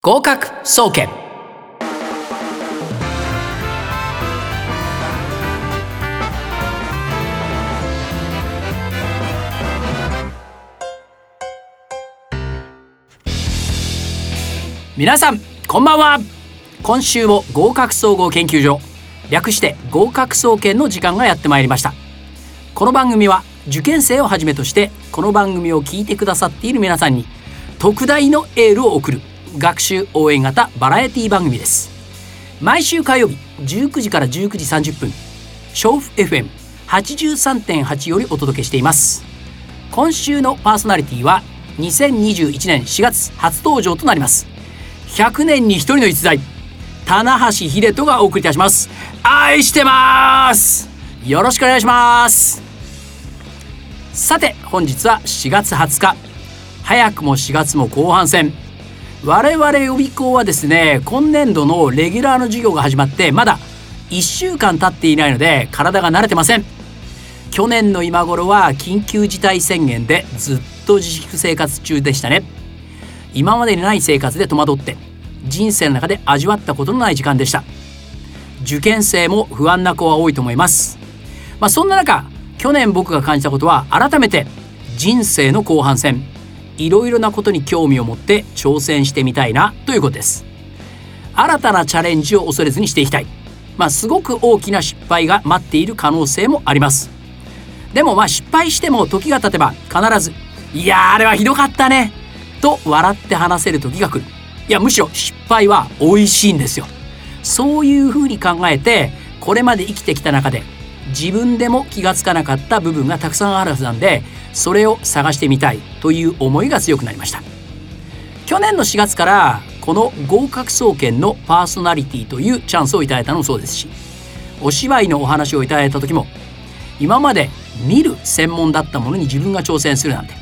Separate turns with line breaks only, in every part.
合格総研皆さんこんばんは今週も合格総合研究所略して合格総研の時間がやってまいりましたこの番組は受験生をはじめとしてこの番組を聞いてくださっている皆さんに特大のエールを送る学習応援型バラエティ番組です毎週火曜日19時から19時30分調布 FM83.8 よりお届けしています今週のパーソナリティは2021年4月初登場となります100年に一人の逸材棚橋秀人がお送りいたします愛してますよろしくお願いしますさて本日は4月20日早くも4月も後半戦我々予備校はですね今年度のレギュラーの授業が始まってまだ1週間経っていないので体が慣れてません去年の今頃は緊急事態宣言でずっと自粛生活中でしたね今までにない生活で戸惑って人生の中で味わったことのない時間でした受験生も不安な子は多いと思いますまあ、そんな中去年僕が感じたことは改めて人生の後半戦いろいろなことに興味を持って挑戦してみたいなということです新たなチャレンジを恐れずにしていきたいまあすごく大きな失敗が待っている可能性もありますでもまあ失敗しても時が経てば必ず「いやーあれはひどかったね」と笑って話せる時が来るいやむしろ失敗は美味しいんですよそういうふうに考えてこれまで生きてきた中で自分でも気がつかなかった部分がたくさんあるはずなんでそれを探してみたいという思いが強くなりました去年の4月からこの合格総研のパーソナリティというチャンスをいただいたのもそうですしお芝居のお話をいただいた時も今まで見る専門だったものに自分が挑戦するなんて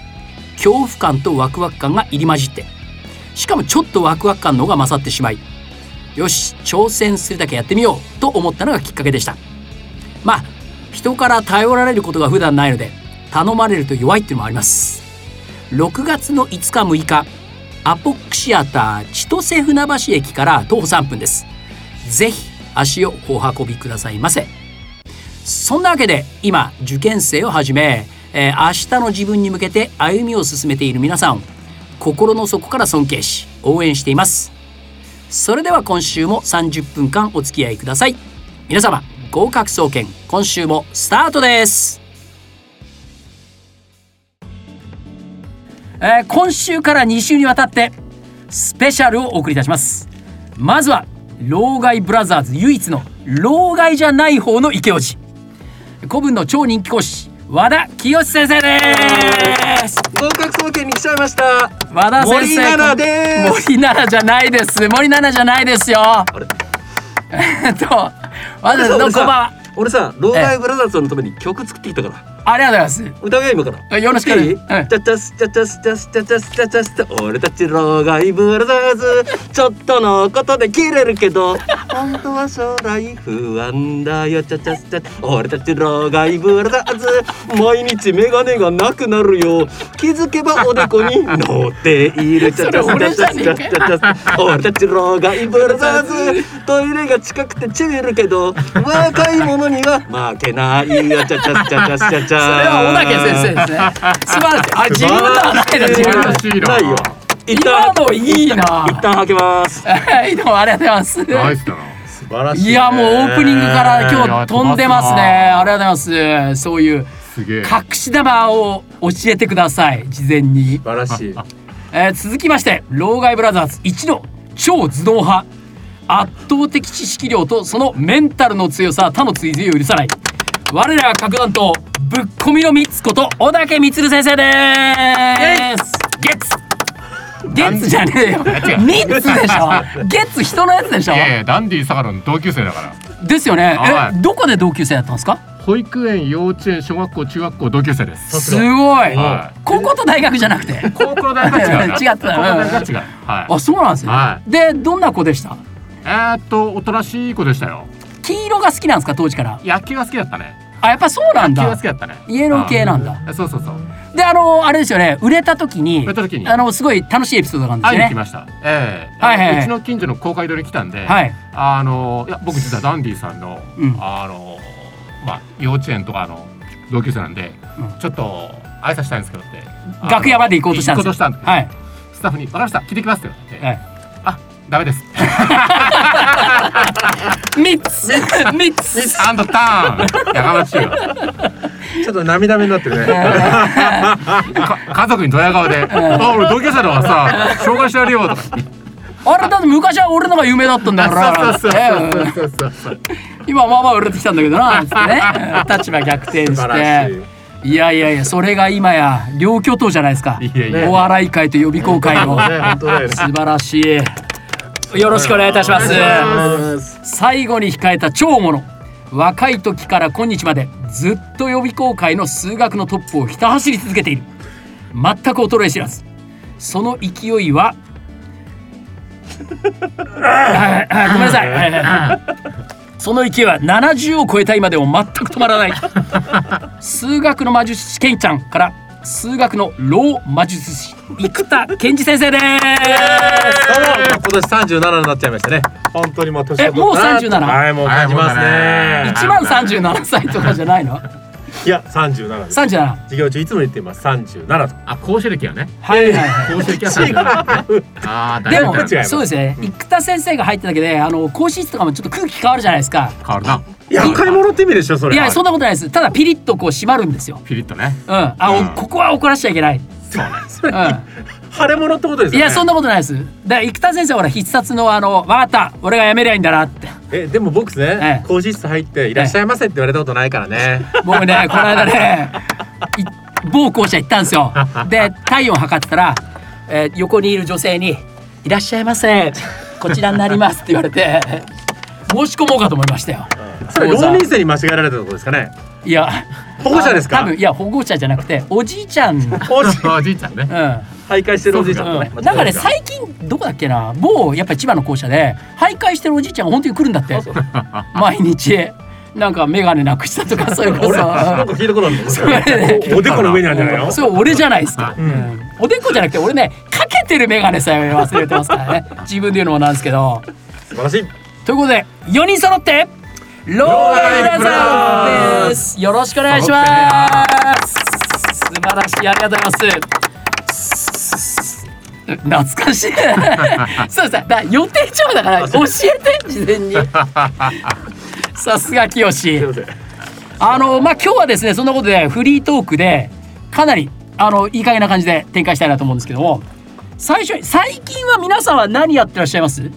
恐怖感とワクワク感が入り混じってしかもちょっとワクワク感の方が勝ってしまいよし挑戦するだけやってみようと思ったのがきっかけでしたまあ人から頼られることが普段ないので頼まれると弱いっていうのもあります6月の5日6日アポックシアター千歳船橋駅から徒歩3分ですぜひ足をお運びくださいませそんなわけで今受験生をはじめ、えー明日の自分に向けて歩みを進めている皆さんを心の底から尊敬し応援していますそれでは今週も30分間お付き合いください皆様合格総研今週もスタートです、えー今週から2週にわたってスペシャルをお送りいたしますまずは老害ブラザーズ唯一の老害じゃない方の池王子古文の超人気講師和田清先生です
合格総研に来ちゃいました。
和田先生
森奈々で
森奈々じゃないです森奈々じゃないですよえっと和田さんどうもこんばんは
俺さ、老害ブラザーズのために曲作ってきたから。
ありがとうございます
歌うよ今から。
よろしく
いい？
う
チ
ん
ャチャスチャチャスチャスチャチャスチャチャスチャ。俺たち老害ブラザーズ。ちょっとのことで切れる けど、本当は将来不安だよ。チャチャスチャ。俺たち老害ブラザーズ。毎日メガネがなくなるよ。気づけばおでこに乗っている。チャチャスチャチャスチャチャスチャチャス。俺たち老害ブラザーズ。トイレが近くてチビるけど、若い者には負けないよ。チャチャスチャチャスチャチ
それ
ャ。
は小竹先生ですね。素晴らしい。あ、自分のはないな、自
素
分の
晴らしいなないよ一
今
旦
のいいな。
一旦開けます
はい、どうもありがとうござい
ナ
ま
イ
す。
スだな。
素晴らしい、ね。
いや、もうオープニングから
い
今日
や
飛んでます
飛
ね。
ばす
あり
な
がとうございます。そういう
すげえ。
隠し玉を教えてください。事前に
素。晴らしい
えー続きまして、老害ブラザーズ一の超頭脳派。圧倒的知識量とそのメンタルの強さは他の追随を許さない。我らが格弾とぶっこみの三つこと小竹光先生です。ゲッツ。ゲッツじゃねえよ。三つでしょ。ゲッツ人のやつでしょ
い。やいやダンディ坂野の同級生だから。
ですよね。
は
え、
い
どこで同級生だったんですか。
保育園、幼稚園、小学校、中学校同級生です。
すごい
は。
高校と大学じゃなくて。
高校大学違うな。
違った
高校大学違う。は
あ、そうなんですね
は。
で、どんな子でした。
い。えーっとおとなしい子でしたよ。
黄色が好きなんですか、当時から。
野球が好きだったね。
あ、やっぱそうなん
野球
だ
が好き。だったね。
イエロー系なんだ
あ。そうそうそう。
であのあれですよね売れた時に
売れた時に
あのすごい楽しいエピソードがあるんです
会い
よ
に来
ね
ました。ええ
はいはいはいう
ちの近所の公会堂に来たんで、
はい
あのいや僕実はダンディさんの、
うん
あのまあ幼稚園とかの同級生なんで、
うん
ちょっと挨拶したいんですけどって
楽屋まで行こうとしたんですよ
行こうとしたんですけど
はい
スタッフに「分かりました聞いてきます」って言われて、
はい
あダメです」
三つ三つ
アンドターンやかましいよ
ちょっと涙目になってるね。
か家族にドヤ顔で「あ俺同級生の方がさ紹介してやるよ」とか言って
あれだって昔は俺のが有名だったんだから
そうそう
ええ
そうそうそうそう
今まあまあ売れてきたんだけどなつってね立場逆転
素晴らし
していやいやいやそれが今や両巨頭じゃないですか
いやいや
お笑い界と予備校界の
ね本当だよね
素晴らしいよろしくお願いいたします
お願いします
い。
最後に控えた超もの若い時から今日までずっと予備校界の数学のトップをひた走り続けている全く衰え知らずその勢いははいはいごめんなさいはいはいその勢いは70を超えた今でも全く止まらない数学の魔術師ケンちゃんから数学の老魔術師生田健二先生です
今年三十七になっちゃいましたね。本当にもう年
えもう37
はい、もう感じます
はいもう
ね。
1万37歳とかじゃないの
いや、三十七です。
37
授業中いつも言ってます。三十七と。
あ講師歴はね
はいはいはい
講師歴は三十ああー
で
だいぶ
も
違う
違います
そうですね生田先生が入っただけであの更新室とかもちょっと空気変わるじゃないですか
変わるない
や、 買い物って意味でしょそれ。
いやそんなことないですただピリッとこう締まるんですよ
ピリッとね
うんあおここは怒らしちゃいけない
そうね
うん
腫れ物ってことです
い
よね。
やそんなことないですだから生田先生はほら必殺のあの「わかった俺がやめりゃいいんだな」って
え、でも僕
え
ね
え、
講師室入っていらっしゃいませって言われたことないから ね。
僕ねこの間ねい某校舎行ったんですよで体温測ってたら、えー横にいる女性に「いらっしゃいませこちらになります」って言われて申し込もうかと思いましたよ。
それ
講座
浪人生に間違えられたとことですかね。
いや
保護者ですか
あの多分いや保護者じゃなくておじい ちゃん、うん、うん、
講師
おじいちゃんね
な
徘徊してるおじいちゃんとね。
んかね最近どこだっけな某やっぱり千葉の校舎で徘徊してるおじいちゃんが本当に来るんだって 毎日なんか眼鏡なくしたと かそういうこ
俺なんか
と
聞いたことあるんです
そ
よ
れね
おでこの上にあるんじゃないの
そう俺じゃないですか、うんおでこじゃなくて俺ねかけてる眼鏡さえ忘れてますからね自分で言うのもなんですけど
素晴らしい。
ということで4人揃ってローライブラザーズですよろしくお願いします素晴らしいありがとうございます懐か しいそうですねだから予定調だから教えて事前 にさすが清
すいません。
あのまあ今日はですねそんなことでフリートークでかなりあのいい加減な感じで展開したいなと思うんですけども最初に最近は皆さんは何やってらっしゃいます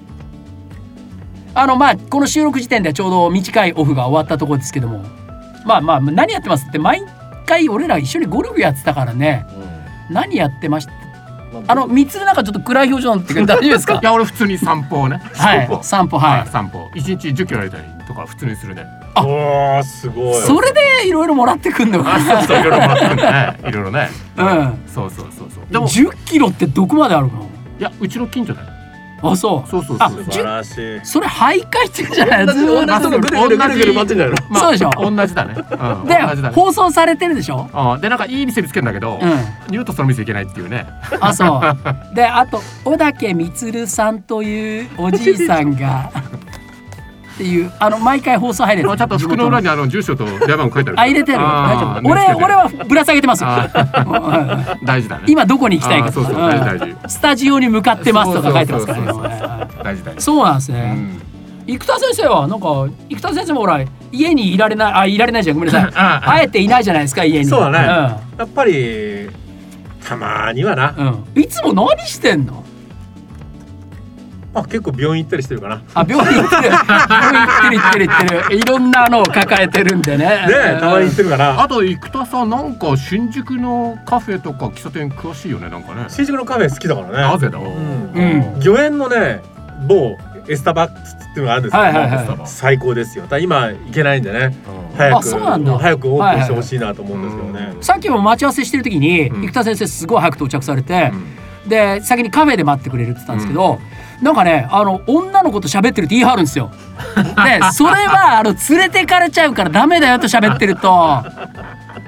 あのまあこの収録時点ではちょうど短いオフが終わったところですけどもまあまあ何やってますって毎回俺ら一緒にゴルフやってたからね何やってましたあの三つなんかちょっと暗い表情になってくる大丈夫です か
いや俺普通に散歩をね
はい散歩はい、
散歩一日10キロやりたりとか普通にするね
あ
おお、すごい。
それでいろいろもらってくんのか
そうそういろいろもらってるんだねいろいろね
うん
そうそうそうそうで
1
もい
0キロってどこまであるの
やうちの近所だよ
あそう
そうそう
あ
そう
素晴らしい。
それ徘徊って言うじゃないです
同じ
か。
とこぐるぐるぐるぐる回ってんじゃないの。
そうでしょ
同じだね、うん、同じだ
で
ね
放送されてるでし ょ。
あでなんかいい店見つけるんだけど、
うん
言うとその店行けないっていうね
あそう。であと小竹充さんというおじいさんがっていうあの毎回放送入れ
ちょ
る。
っと服の裏にあの住所と電話番号書いてある
あ入れてる。大丈
あー
夫。俺
見つけてる
俺はぶら下げてますよ。うん
大事だね
今どこに行きたいか
あー
と
そうそう
か
大事大事
うんスタジオに向かってますとか書いてますから
そうそうそう
ね。
大事大事
そうなんです
う
ね。
ん
生田先生はなんか生田先生もほら家にいられないあいられないじゃんごめんなさ い。あえていないじゃないですか家に。
そうだね
ん
やっぱり。たまにはな。
うん、いつも何してんの
あ、結構病院行ったりしてるかな。ね
あ病院行ってる病院行ってる行ってる行ってるいろんなのを抱えてるんでねね
え、たまに行ってるかな。
あと生田さんなんか新宿のカフェとか喫茶店詳しいよねなんかね
新宿のカフェ好きだから
な
ね。
ぜだ
うん
うん
御苑のね、某エスタバっていうのがあるんですけど。
はいはいはい
最高ですよ。ただ今行けないんでね。
い
早
あ
く
そうなんだ
早くオープンしてほしいなと思うんですけど
はいはい
ね。
さっきも待ち合わせしてる時に、
うん
生田先生すごい早く到着されて
う、ん
で先にカフェで待ってくれるって言ったんですけど、なんかねあの女の子と喋ってるって言い張るんですよ。でそれはあの連れてかれちゃうからダメだよと喋ってると。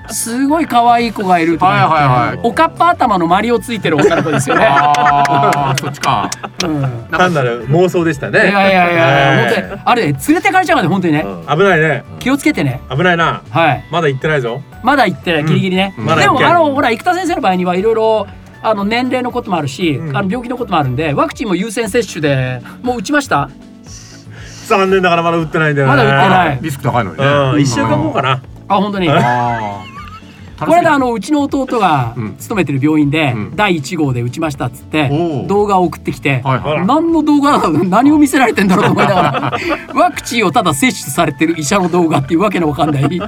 すごい可愛い子がいるとか言って
はいはいはい
おかっぱ頭のマリオついてる女の子ですよね、
ああ、そっちか。
うん、い
単なる妄想でした ね。
やいやいや
え
本当にあれ連れてかれちゃうまで本当にね
ー危ないね。
気をつけてね
危ないな。
はい
まだ行ってないぞ。
まだ行ってないギリギリね、
うんまだ
で
行
も
けない
あのほら生田先生の場合にはいろいろあの年齢のこともあるし、
うん
あの病気のこともあるんでワクチンも優先接種でもう打ちました
残念ながらまだ打ってないんだよね。
まだ打ってない
リスク高いのにね。
うん、一週間後かな。
あ本当に
ああ。
これであのうちの弟が
うん
勤めてる病院で、
うん
第1号で打ちましたっつって
おう
動画を送ってきて、
はいはい。
何の動画なの 何を見せられてんだろうと思いながらワクチンをただ接種されてる医者の動画っていうわけのわかんない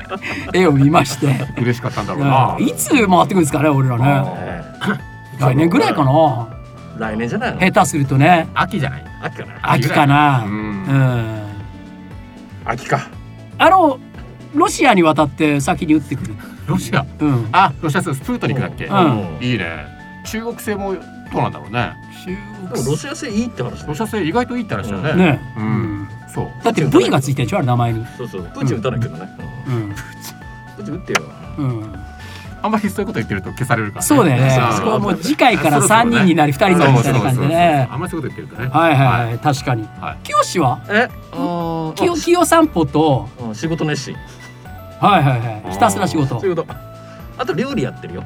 絵を見まして、
嬉しかったんだろうな。
うんいつ回ってくるんですかね俺らね
え
来年ぐらいかな
え来年じゃないの
下手するとね
秋じゃない。
秋かな
秋かなう
う
んん、
秋か。
あのロシアに渡って先に打ってくる
ロシア。
うん
あ、ロシアスプートニクだっけ。
うん
いいね。中国製もどうなんだろうね。
中
でもロシア製いいって話だ
ロ
よ
シア製意外といいって話だよね。
国ね
う。
うんん
そう。
だって V がついてるでしょあれ名前に
そうそうプーチン打たないけどね
うん
うんプーチン打ってよ
うん
あんまりそういうこと言ってると消されるから、ね。
そうだよね
ん
そこはもう次回から3人になり2人になりみたいな感じでね
あんまりそういうこと言ってるとね。
はいはいはい確かに
はい
清は
えあ
清清散歩と
あ仕事熱心
はいはいはいひたすら仕事
そういうことあと料理やってるよ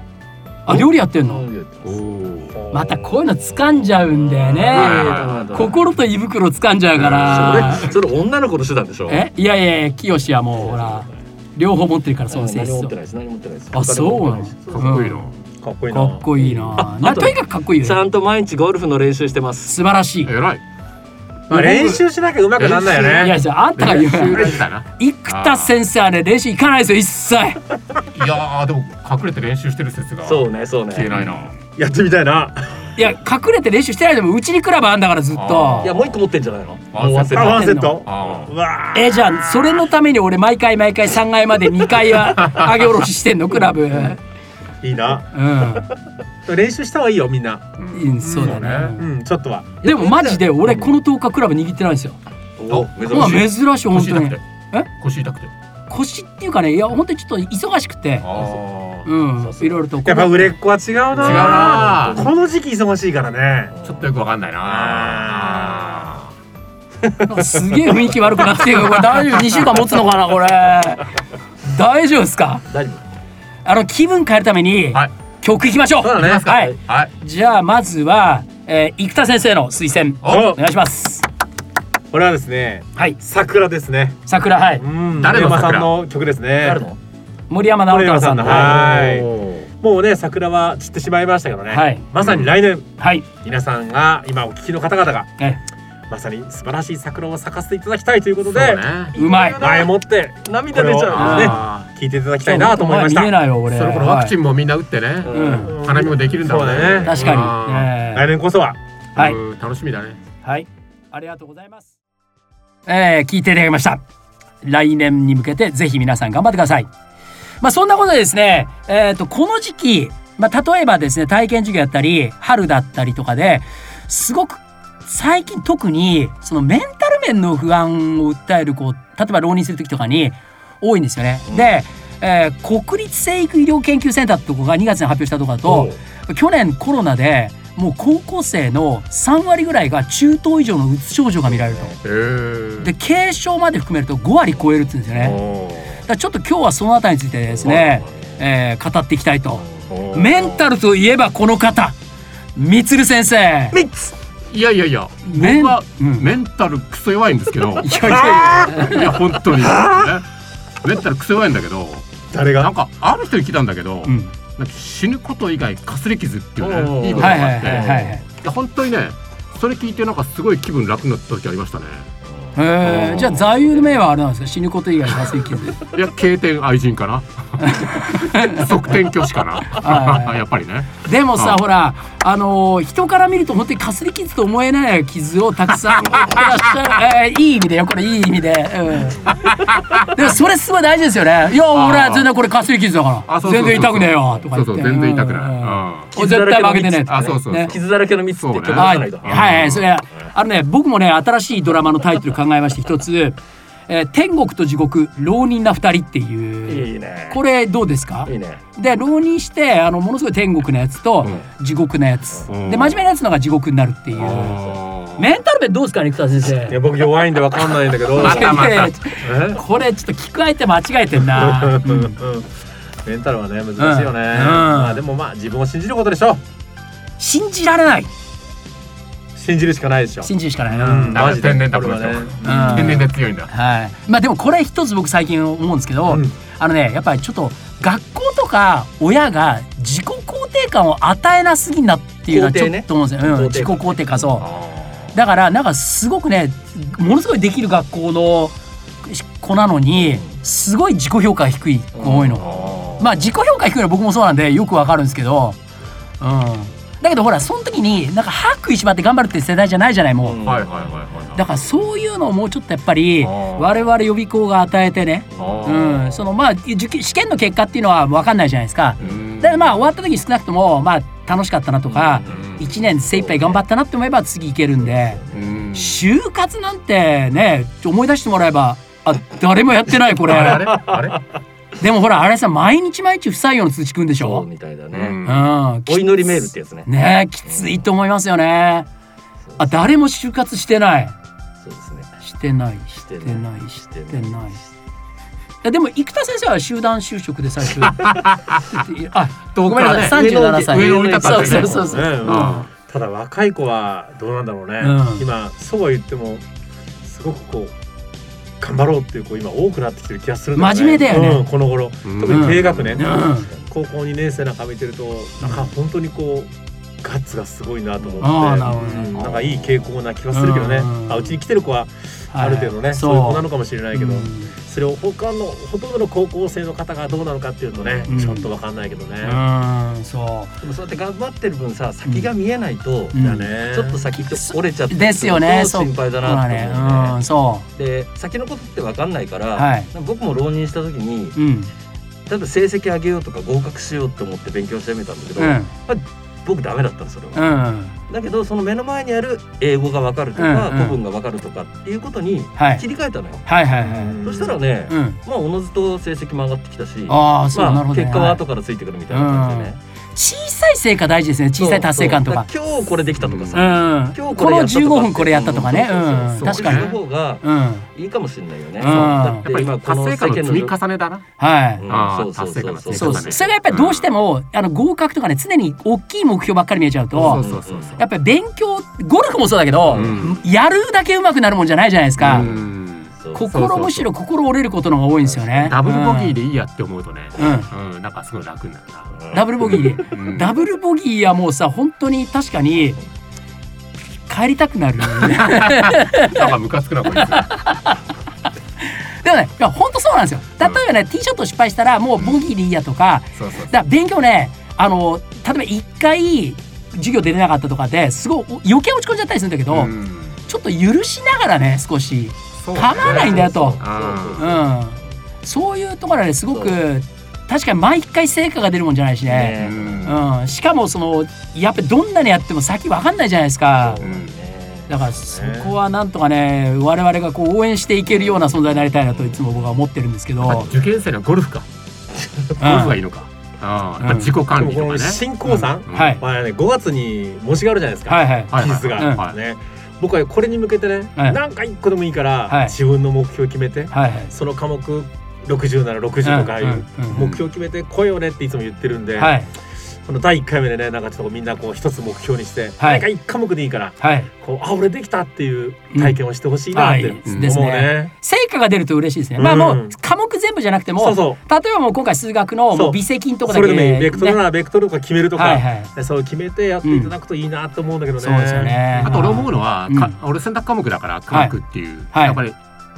あ料理やってんの
料理やってる
おお。
またこういうの掴んじゃうんだよ
はい
ね心と胃袋掴んじゃうから
それそれ女の子の手段でしょ
えいやいやいや清はもうほら両方持ってるからその性
何
質
も持
を
ってないです何も持ってないです
あそうなの
かっこいいの。
かっこいいな。
かっこいいなな
あと
とにかくかっこいい
ちゃ
よね
んと毎日ゴルフの練習してます
素晴らしいい
えらい。
まあ練習しなきゃうまくなんないよ
や
ね。
じゃああんたが言
練
う
習でしたな。
生田先生はね練習行かないですよ一切
いやーでも隠れて練習してる説が
そうねそうね
消えないな。
やってみたいな。
いや隠れて練習してないでもうちにクラブあんだからずっ
あ
と
いやもう一個持ってんじゃないの
あ
もう忘れ
あ、
た
ワンセット。
あ
うわあ。
えじゃあそれのために俺毎回毎回3階まで2階は上げ下ろししてんのクラブうん
いいな。練習した方がいいよ、みんな。
あ。
いいんそうだね
うん、ちょっとは。
でもマジで俺この10日クラブ握ってないんですよ
お
まあ
珍しい
珍しい本
腰
当
痛く
に
て。腰痛くて。
腰っていうかねいや本当にちょっと忙しくて
ああ。
うん
そうそう
いろいろと
やっぱ売れっ子は違うな。
違うな
この時期忙しいからね。
ちょっとよくわかんないな。
なんかすげえ雰囲気悪くなってるよこれ大丈夫2週間持つのかなこれ大丈夫ですか
大丈
あの気分変えるために
はい
曲いきましょう
そうだね
はい
はい。
じゃあまずは、えー、生田先生の推薦
お
お願いします
これはですね、
はい
桜ですね。
桜はい
うん
誰の
森山
桜
さんの曲です
夫
ね
ある。の
森山直太朗さんの
森山
は
はい
お
もうね、桜は散ってしまいましたけどね。
はい
まさに来年、
いはい、
皆さんが今お聞きの方々が
え
まさに素晴らしい桜を咲かせていただきたいというこ
ー
と
そ
で
う、ね。
うまい
前もって
涙出ちゃう
あ
ね
あ
聞いていただきたいなと思いました。
見え
来
ないよ俺
ーその頃ワクチ
ン、
ンもみんな打ってね。
はいうん、
ん
花見もできるんだろう
そうだ
ね。
ね
確かに、えー
年こそは。
は
はい
い、
楽しみだね。
はい、ありがとうございます。えー、聞いていただきました。来年に向けてぜひ皆さん頑張ってください。まあそんなことでですね、えっ、とこの時期、まあ例えばですね体験授業やったり春だったりとかですごく最近特にそのメンタル面の不安を訴える子例えば浪人する時とかに多いんですよね。で、えー国立生育医療研究センターってとこが2月に発表したとこだと。去年コロナでもう高校生の3割ぐらいが中等以上のうつ症状が見られると
えー
で軽症まで含めると5割超えるって言うんですよねだ
お
からちょっと今日はそのあたりについてですね、えー語っていきたいと
ー
メンタルといえばこの方みつる先生
三つ。
いやいやいや。
メン
僕は
うん
メンタルクソ弱いんですけど。
いやいやいや
いや本 当に、ね、メンタルクソ弱いんだけど
誰
な
が
ん？かある人に聞いたんだけど、
うん
なんか死ぬこと以外かすり傷っていう
おー
ねいいこと
はい
が
はい
あ
は
って、
いはいはい
いや本当にねそれ聞いてなんかすごい気分楽になった時ありましたね
えーじゃあ座右の銘はあれなんですか死ぬこと以外の生きず
いや経典愛人 かな側転拒否かな
はい
やっぱりね
でもさ
あ
ほらあのー人から見ると本当にかすり傷と思えない傷をたくさん 負ってらっしゃる、えーいい意味でよこれいい意味で、うん、でもそれすごい大事ですよねいや俺は全然これかすり傷だから
あそうそうそうそう
全然痛くねえよとか
そ
言っ
う
て
そう全然痛くない、
う
うん
うんうん
ん
俺絶対負けてねえと
あそうそうそう、
ね
傷だらけの蜜って曲出さ
はい、
ないと
はい、それ、あのね、僕もね、新しいドラマのタイトル考えまして、一つ。えー天国と地獄浪人な二人っていう
いいね
これどうですか
いいね
で浪人してあのものすごい天国のやつと地獄のやつ、
うん
で真面目なやつのが地獄になるっていう、メンタル面どうですかね生田先生
いや僕弱いんでわかんないんだ けど。
またまた
いやいやこれちょっと聞く相手間違えてんな、
う
うんん
うんメンタルはね難しいよね。
うん
まあでもまあ自分を信じることでしょ。
信じられない
信じるしかないでしょ。
信じるしかない、う
うん
ん
マジで
天然だ
これはね
これ
うん
天然で強いんだ。
はい、まあでもこれ一つ僕最近思うんですけど、
うん
あのねやっぱりちょっと学校とか親が自己肯定感を与えなすぎんなっていうのは
肯
ち
定
ょっ
ね
と思うんですよ、うん、
肯
自
定
己
感
肯定感そ
あ
うだからなんかすごくねものすごいできる学校の子なのにすごい自己評価が低い子多いの、
ー
まあ自己評価低いのは僕もそうなんでよくわかるんですけどうんだけどほらその時になんか歯食いしばって頑張るって世代じゃないじゃないもう、
うん
はいはいはいはいはい。
だからそういうのをもうちょっとやっぱり
あー
我々予備校が与えてね、
あー
うん、そのまあ受験試験の結果っていうのは分かんないじゃないですか。
うん
だからまあ終わった時に少なくともまあ楽しかったなとか
うん
1年精一杯頑張ったなって思えば次いけるんで
うん
就活なんてねちょ思い出してもらえばあ誰もやってないこれ
あれあれあ
でもほらあれさ毎日毎日不採用の通知くんでし
そう
ょ
みたいだ
れ。
ね
う。んき
お祈りメールってやつね
ねえきついと思いますよね
そう
あ誰も就活してない
そうですね
してない
し
して
て
な
ないい
してないいやでも生田先生は集団就職で最初あ
遠
ごめんなさい
上の
37歳
上の降り立ったんですね
そうそうそうそう
ね
うん
うん
ただ若い子はどうなんだろうね、
うん
今そうは言ってもすごくこう頑張ろうっていう子今多くなってきてる気がするんよ
真面目だよね
うんこの頃
うん
特に低学年、
うん
高校2年生なんか見てるとなんか本当にこうガッツがすごいなと思って、
ああなるほど
うん
ね
なんかいい傾向な気はするけどね、
うん
あうちに来てる子は
はい
ある程度ね、
そ
そう
う
いう子なのかもしれないけど、
うん
それを他のほとんどの高校生の方がどうなのかっていうとね、
うん
ちょっとわかんないけどね、
うんそ
でもそうやって頑張ってる分さ先が見えないと、
うん
だね
ちょっと先って折れちゃって
うですよね
ちょっと心配だ
う
な
だ
って
ね
思うよね
うんそ
で先のことって分かんないから、
うはい
僕も浪人した時に
うん
例えば成績上げようとか合格しようと思って勉強してみたんだけど、
うん
僕ダメだったのそれ
う
は、
ん
だけどその目の前にある英語が分かるとか、
うんうん
古文が分かるとかっていうことに
はい
切り替えたのよ、
はいはいはい
そしたらね、
うん
まあおのずと成績も上がってきたし
ああそうな
ま
る
あ、
ほどね
結果は後からついてくるみたいな感じでね、
小さい成果大事ですね小さい達成感とか
そうそうだら今日これできたとか
う
さ、
ん
今日
こ
これ
の
やったとか
15分これやったとかね
そうそうそう
うん
そう
確か
そ
に
ういう方が
うん
いいかもしれないよね。
うん
そうだっ
やっぱ
て
り
今こ
達
の
成
世
感の
間
積
の
み重ねだな。
はい
あー
うんそうそうそうそう
達成感の積み重ね
そう
だね
それがやっぱりどうしても、あの合格とかね常に大きい目標ばっかり見えちゃうと、
そうそうそうそう。
やっぱり勉強ゴルフもそうだけど、
うん
やるだけ上手くなるもんじゃないじゃないですか、
うん
そう
心
そうそうそう
むしろ心折れることの方が多いんですよね
ダブルボギー
で、
でいいやって思うとね。
うん
うんなんかすごい楽になる
うんダブルボギーで
な。
ダブルボギーはもうさ本当に確かに帰りたくなる
ルなんかムカつくなこいつ。
でもねいや本当そうなんですよ例えばね、ティーショット失敗したらもうボギーでいいやとか
そうそう
だから勉強ねあの例えば一回授業出れなかったとかですごい余計落ち込んじゃったりするんだけど、
そううん。
ちょっと許しながらね少し
そうね
構わないんだよと。
あ
う
ー
ん、そういうところはねすごく
そ
確かに毎回成果が出るもんじゃないしね
ね
うん
うん、しかもそのやっぱりどんなにやっても先わかんないじゃないですか
そう
うん
だからそこはなんとかね我々がこう応援していけるような存在になりたいなといつも僕は思ってるんですけど、
やっぱ受験生のゴルフか。
う
ゴルフがい
ん
いのか。あーやっぱ自己管理
でも
と
こ
か
の
ね。
新高さん、
うん
はい
まあね、5月に模試があるじゃないですか、
はいはい
はいはいはい
期日が、
はい
ね僕はこれに向けてね、
はい
なんか一個でもいいから、
はい
自分の目標を決めて、
はいはい
その科目60なら60とかああいう、
うんうんうん
目標を決めて来いよねっていつも言ってるんで、
はい
この第1回目でねなんかちょっとみんなこう一つ目標にして、
はい
なんか1科目でいいから
はい
こうあ俺できたっていう体験をしてほしいな
は
って
い
思うね。
ですね成果が出ると嬉しいですね、まあも
う
うん科目全部じゃなくても
そうそ
例えばもう今回数学の
そ
もう
う
微積のとこ
う
だ
そ
け
れでもいい、ベクトル
ね
ならベクトルとか決めるとか、
はいはい
そう決めてやっていただくといいなと思うんだけどね。
そうですよね
あと俺思うのは、
うん
か俺選択科目だから科目っていう、
はい
やっぱり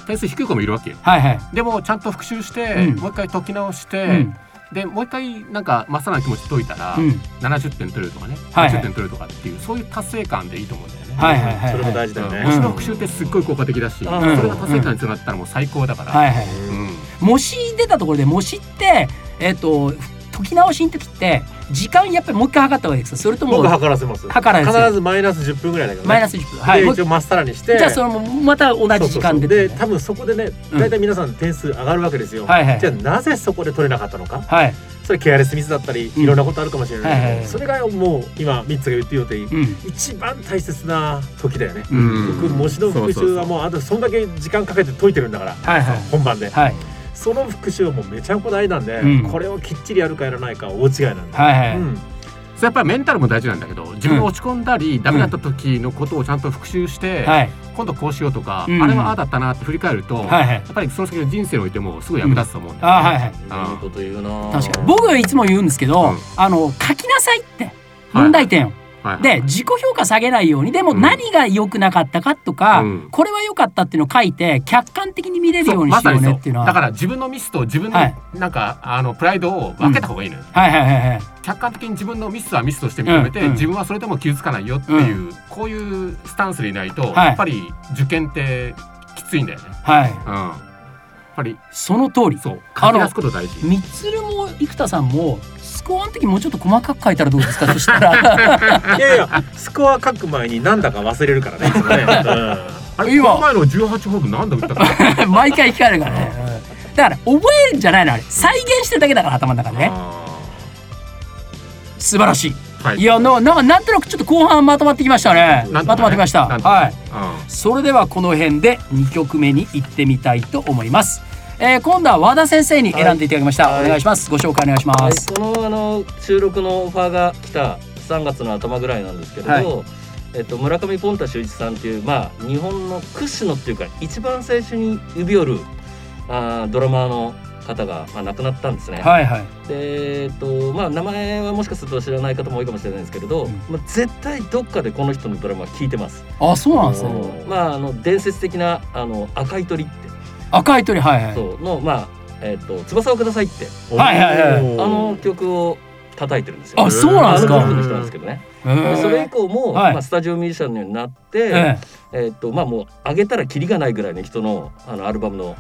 点数低い子もいるわけよ。
はいはい
でもちゃんと復習して、
うん
もう一回解き直して、
うん
でもう一回なんかまっさらな気持ちで解いたら、
うん
70点取れるとかね、
はいはい
80点取れるとかっていうそういう達成感でいいと思うんだよね。
はいはいはい
それも大事だよ
う
ね。
ん模試の復習ってすっごい効果的だし、
うん
それが達成感につながったらもう最高だから、
はいはい
うん
模試出たところで模試ってえっ、と解き直しの時って時間やっぱりもう一回測った方がいいですかそれとも
僕測らせます
測らせる
必ずマイナス10分ぐらいだけどね
マイナス10分はい
で
もう
一応まっさらにして
じゃあそのまた同じ時間で
そうそうそうで多分そこでね
うん
大体皆さん点数上がるわけですよ、
はいはい
じゃあなぜそこで取れなかったのか
はい
それケアレスミスだったり
うん
いろんなことあるかもしれないけ
は
ど、
いはいはい
それがもう今ミッツが言ってようとい
うん
一番大切な時だよね、
うん
僕模試の復習は
う
もうあとそんだけ時間かけて解いてるんだから
はいはい
本番で
はい
その復習はもうめちゃくちゃ大事なんで、
うん
これをきっちりやるかやらないかは大違いなんで、
はいはい、
うん、
それやっぱりメンタルも大事なんだけど自分が落ち込んだり、ダメだった時のことをちゃんと復習して、
はい
今度こうしようとか、
うん
あれはああだったなって振り返ると、
はい
や
はい
っぱりその先の人生においてもすごい役立つと思うんだ
あ
よね、
はいはい
いいこと言うな
確かに僕はいつも言うんですけど、
うん
あの書きなさいって問題点を、
はいはい
で自己評価下げないようにでも
うん
何が良くなかったかとか、
うん
これは良かったっていうのを書いて客観的に見れる
そ
よ
う
うに
ま
し
さ
よう
にそ
ね
う
っていうのは、
だから自分のミスと自分の
はい
なんか、あのプライドを分けた方がいいのよ、
はいはいはいはい
客観的に自分のミスはミスとして認めて、
うんうん
自分はそれでも傷つかないよっていう、こういうスタンスでいないと、
はい
やっぱり受験ってきついんだよね、
はい
うん、やっぱり
その通り
そう
あ
書
の
き出すこと 大事
みつるも生田さんもスコアの時もうちょっと細かく書いたらどうですかそした ら
いやいやスコア書く前になんだか忘れるからねいつもね、うん
あれ
今
この前の18ホールなんで打 ったか
毎回聞かれるからね、うんだから覚えるんじゃないのあれ再現してるだけだから頭の中でね
あ
素晴らしい
ーはい
いやななんかなんとなくちょっと後半まとまってきましたね
なんとかね
まとまってきました
なんとか
はい
うん
それではこの辺で2曲目に行ってみたいと思います、えー、今度は和田先生に選んでいただきました、
はい
お願いしますご紹介お願いし
は
ま
い
す、
このあの収録のオファーが来た3月の頭ぐらいなんですけれど、
はい
えっと、村上ポンタ秀一さんっていう、まあ、日本の屈指のっていうか一番最初に指折るあードラマーの方が、まあ、亡くなったんですね。
はいはい
でえっとまあ、名前はもしかすると知らない方も多いかもしれないですけれど、
うん
まあ、絶対どっかでこの人のドラマは聞いてます。
あそうなんです
お
ね
ー
まあ、あの伝説的なあの赤い鳥って、
赤い鳥はいはい
そうの、まあえっと「翼をください」って
はいはいはい
あの曲を叩いてるんですよ。
あそうなんです
あ
か
のグループの人なんですけどね。
へー
でそれ以降も、
はい
まあ、スタジオミュージシャンのようになって、
ええ
えっとまあ、もう上げたらキリがないぐらいの人のあのアルバムの、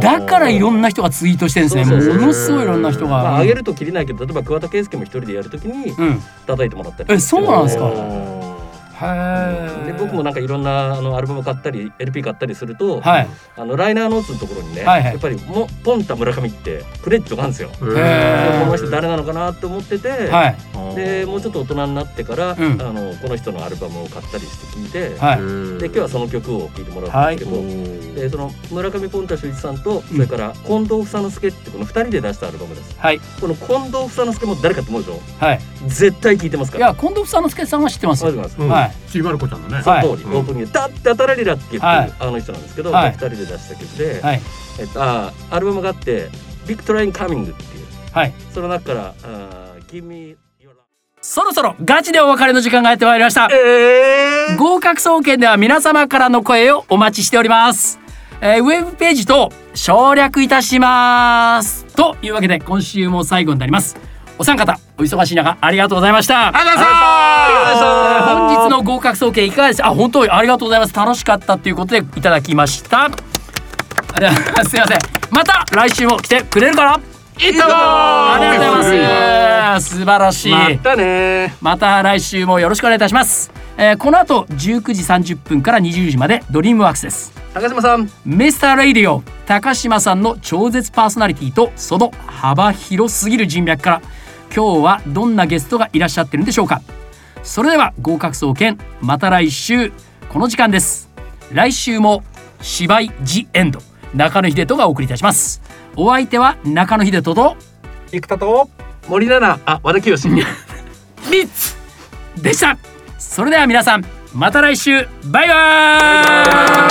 だからいろんな人がツイートしてるんですね
そうそうそう
ものすごいいろんな人が、
まあ、上げるとキリないけど例えば桑田佳祐も一人でやるときに
うん
叩いてもらったり
えそうなんですか
うん
へ
で
え
僕もなんかいろんなあのアルバム買ったり LP 買ったりすると、
はい
あのライナーノーツのところにね、
はいはい
やっぱりも「ポンタ村上」ってクレジットがあるんですよ。
こ
へー
この人誰なのかなと思ってて、
はい
でもうちょっと大人になってから、
うん
あのこの人のアルバムを買ったりして聞いて、
はい
で今日はその曲を聴いてもらうんですけど、でその村上ポンタ秀一さんとそれから近藤房之助ってこの2人で出したアルバムです
はい
この近藤房之助も誰かと思うでしょ
はい
絶対聴いてますか
い
ら
や近藤房之助さんは知ってます
覚え
よ
てます
うん
はい
ちびまる子ちゃんのね
その通り、
はい
オープニングで「タッタタラリラ」っていう、
はい
あの人なんですけど、
はい
2人で出した曲で、
はい
えっと、あーアルバムがあって「ビクトライン・カミング」っていう
はい
その中から「あー Give me your love
そろそろガチでお別れの時間がやってまいりました、合格総研では皆様からの声をお待ちしております、えーウェブページと省略いたしますというわけで今週も最後になりますお三方お忙しい中ありがとうございました
ありがとうございま
本日
した
の合格総研いかがでしたあ本当にありがとうございます楽しかったということでいただきましたあれすいませんまた来週も来てくれるかな
行ったぞ
あ
あ
りがとうございます素晴らしい
またね
また来週もよろしくお願いいたします、えーこの後19時30分から20時までドリームワークスです
高島さん
ミスターレイディオ高島さんの超絶パーソナリティとその幅広すぎる人脈から今日はどんなゲストがいらっしゃってるんでしょうかそれでは合格総研また来週この時間です来週も芝居ジエンド中野秀人がお送りいたしますお相手は中野秀人と
生田と
森七菜あ和田清
リッツでしたそれでは皆さんまた来週バイバイ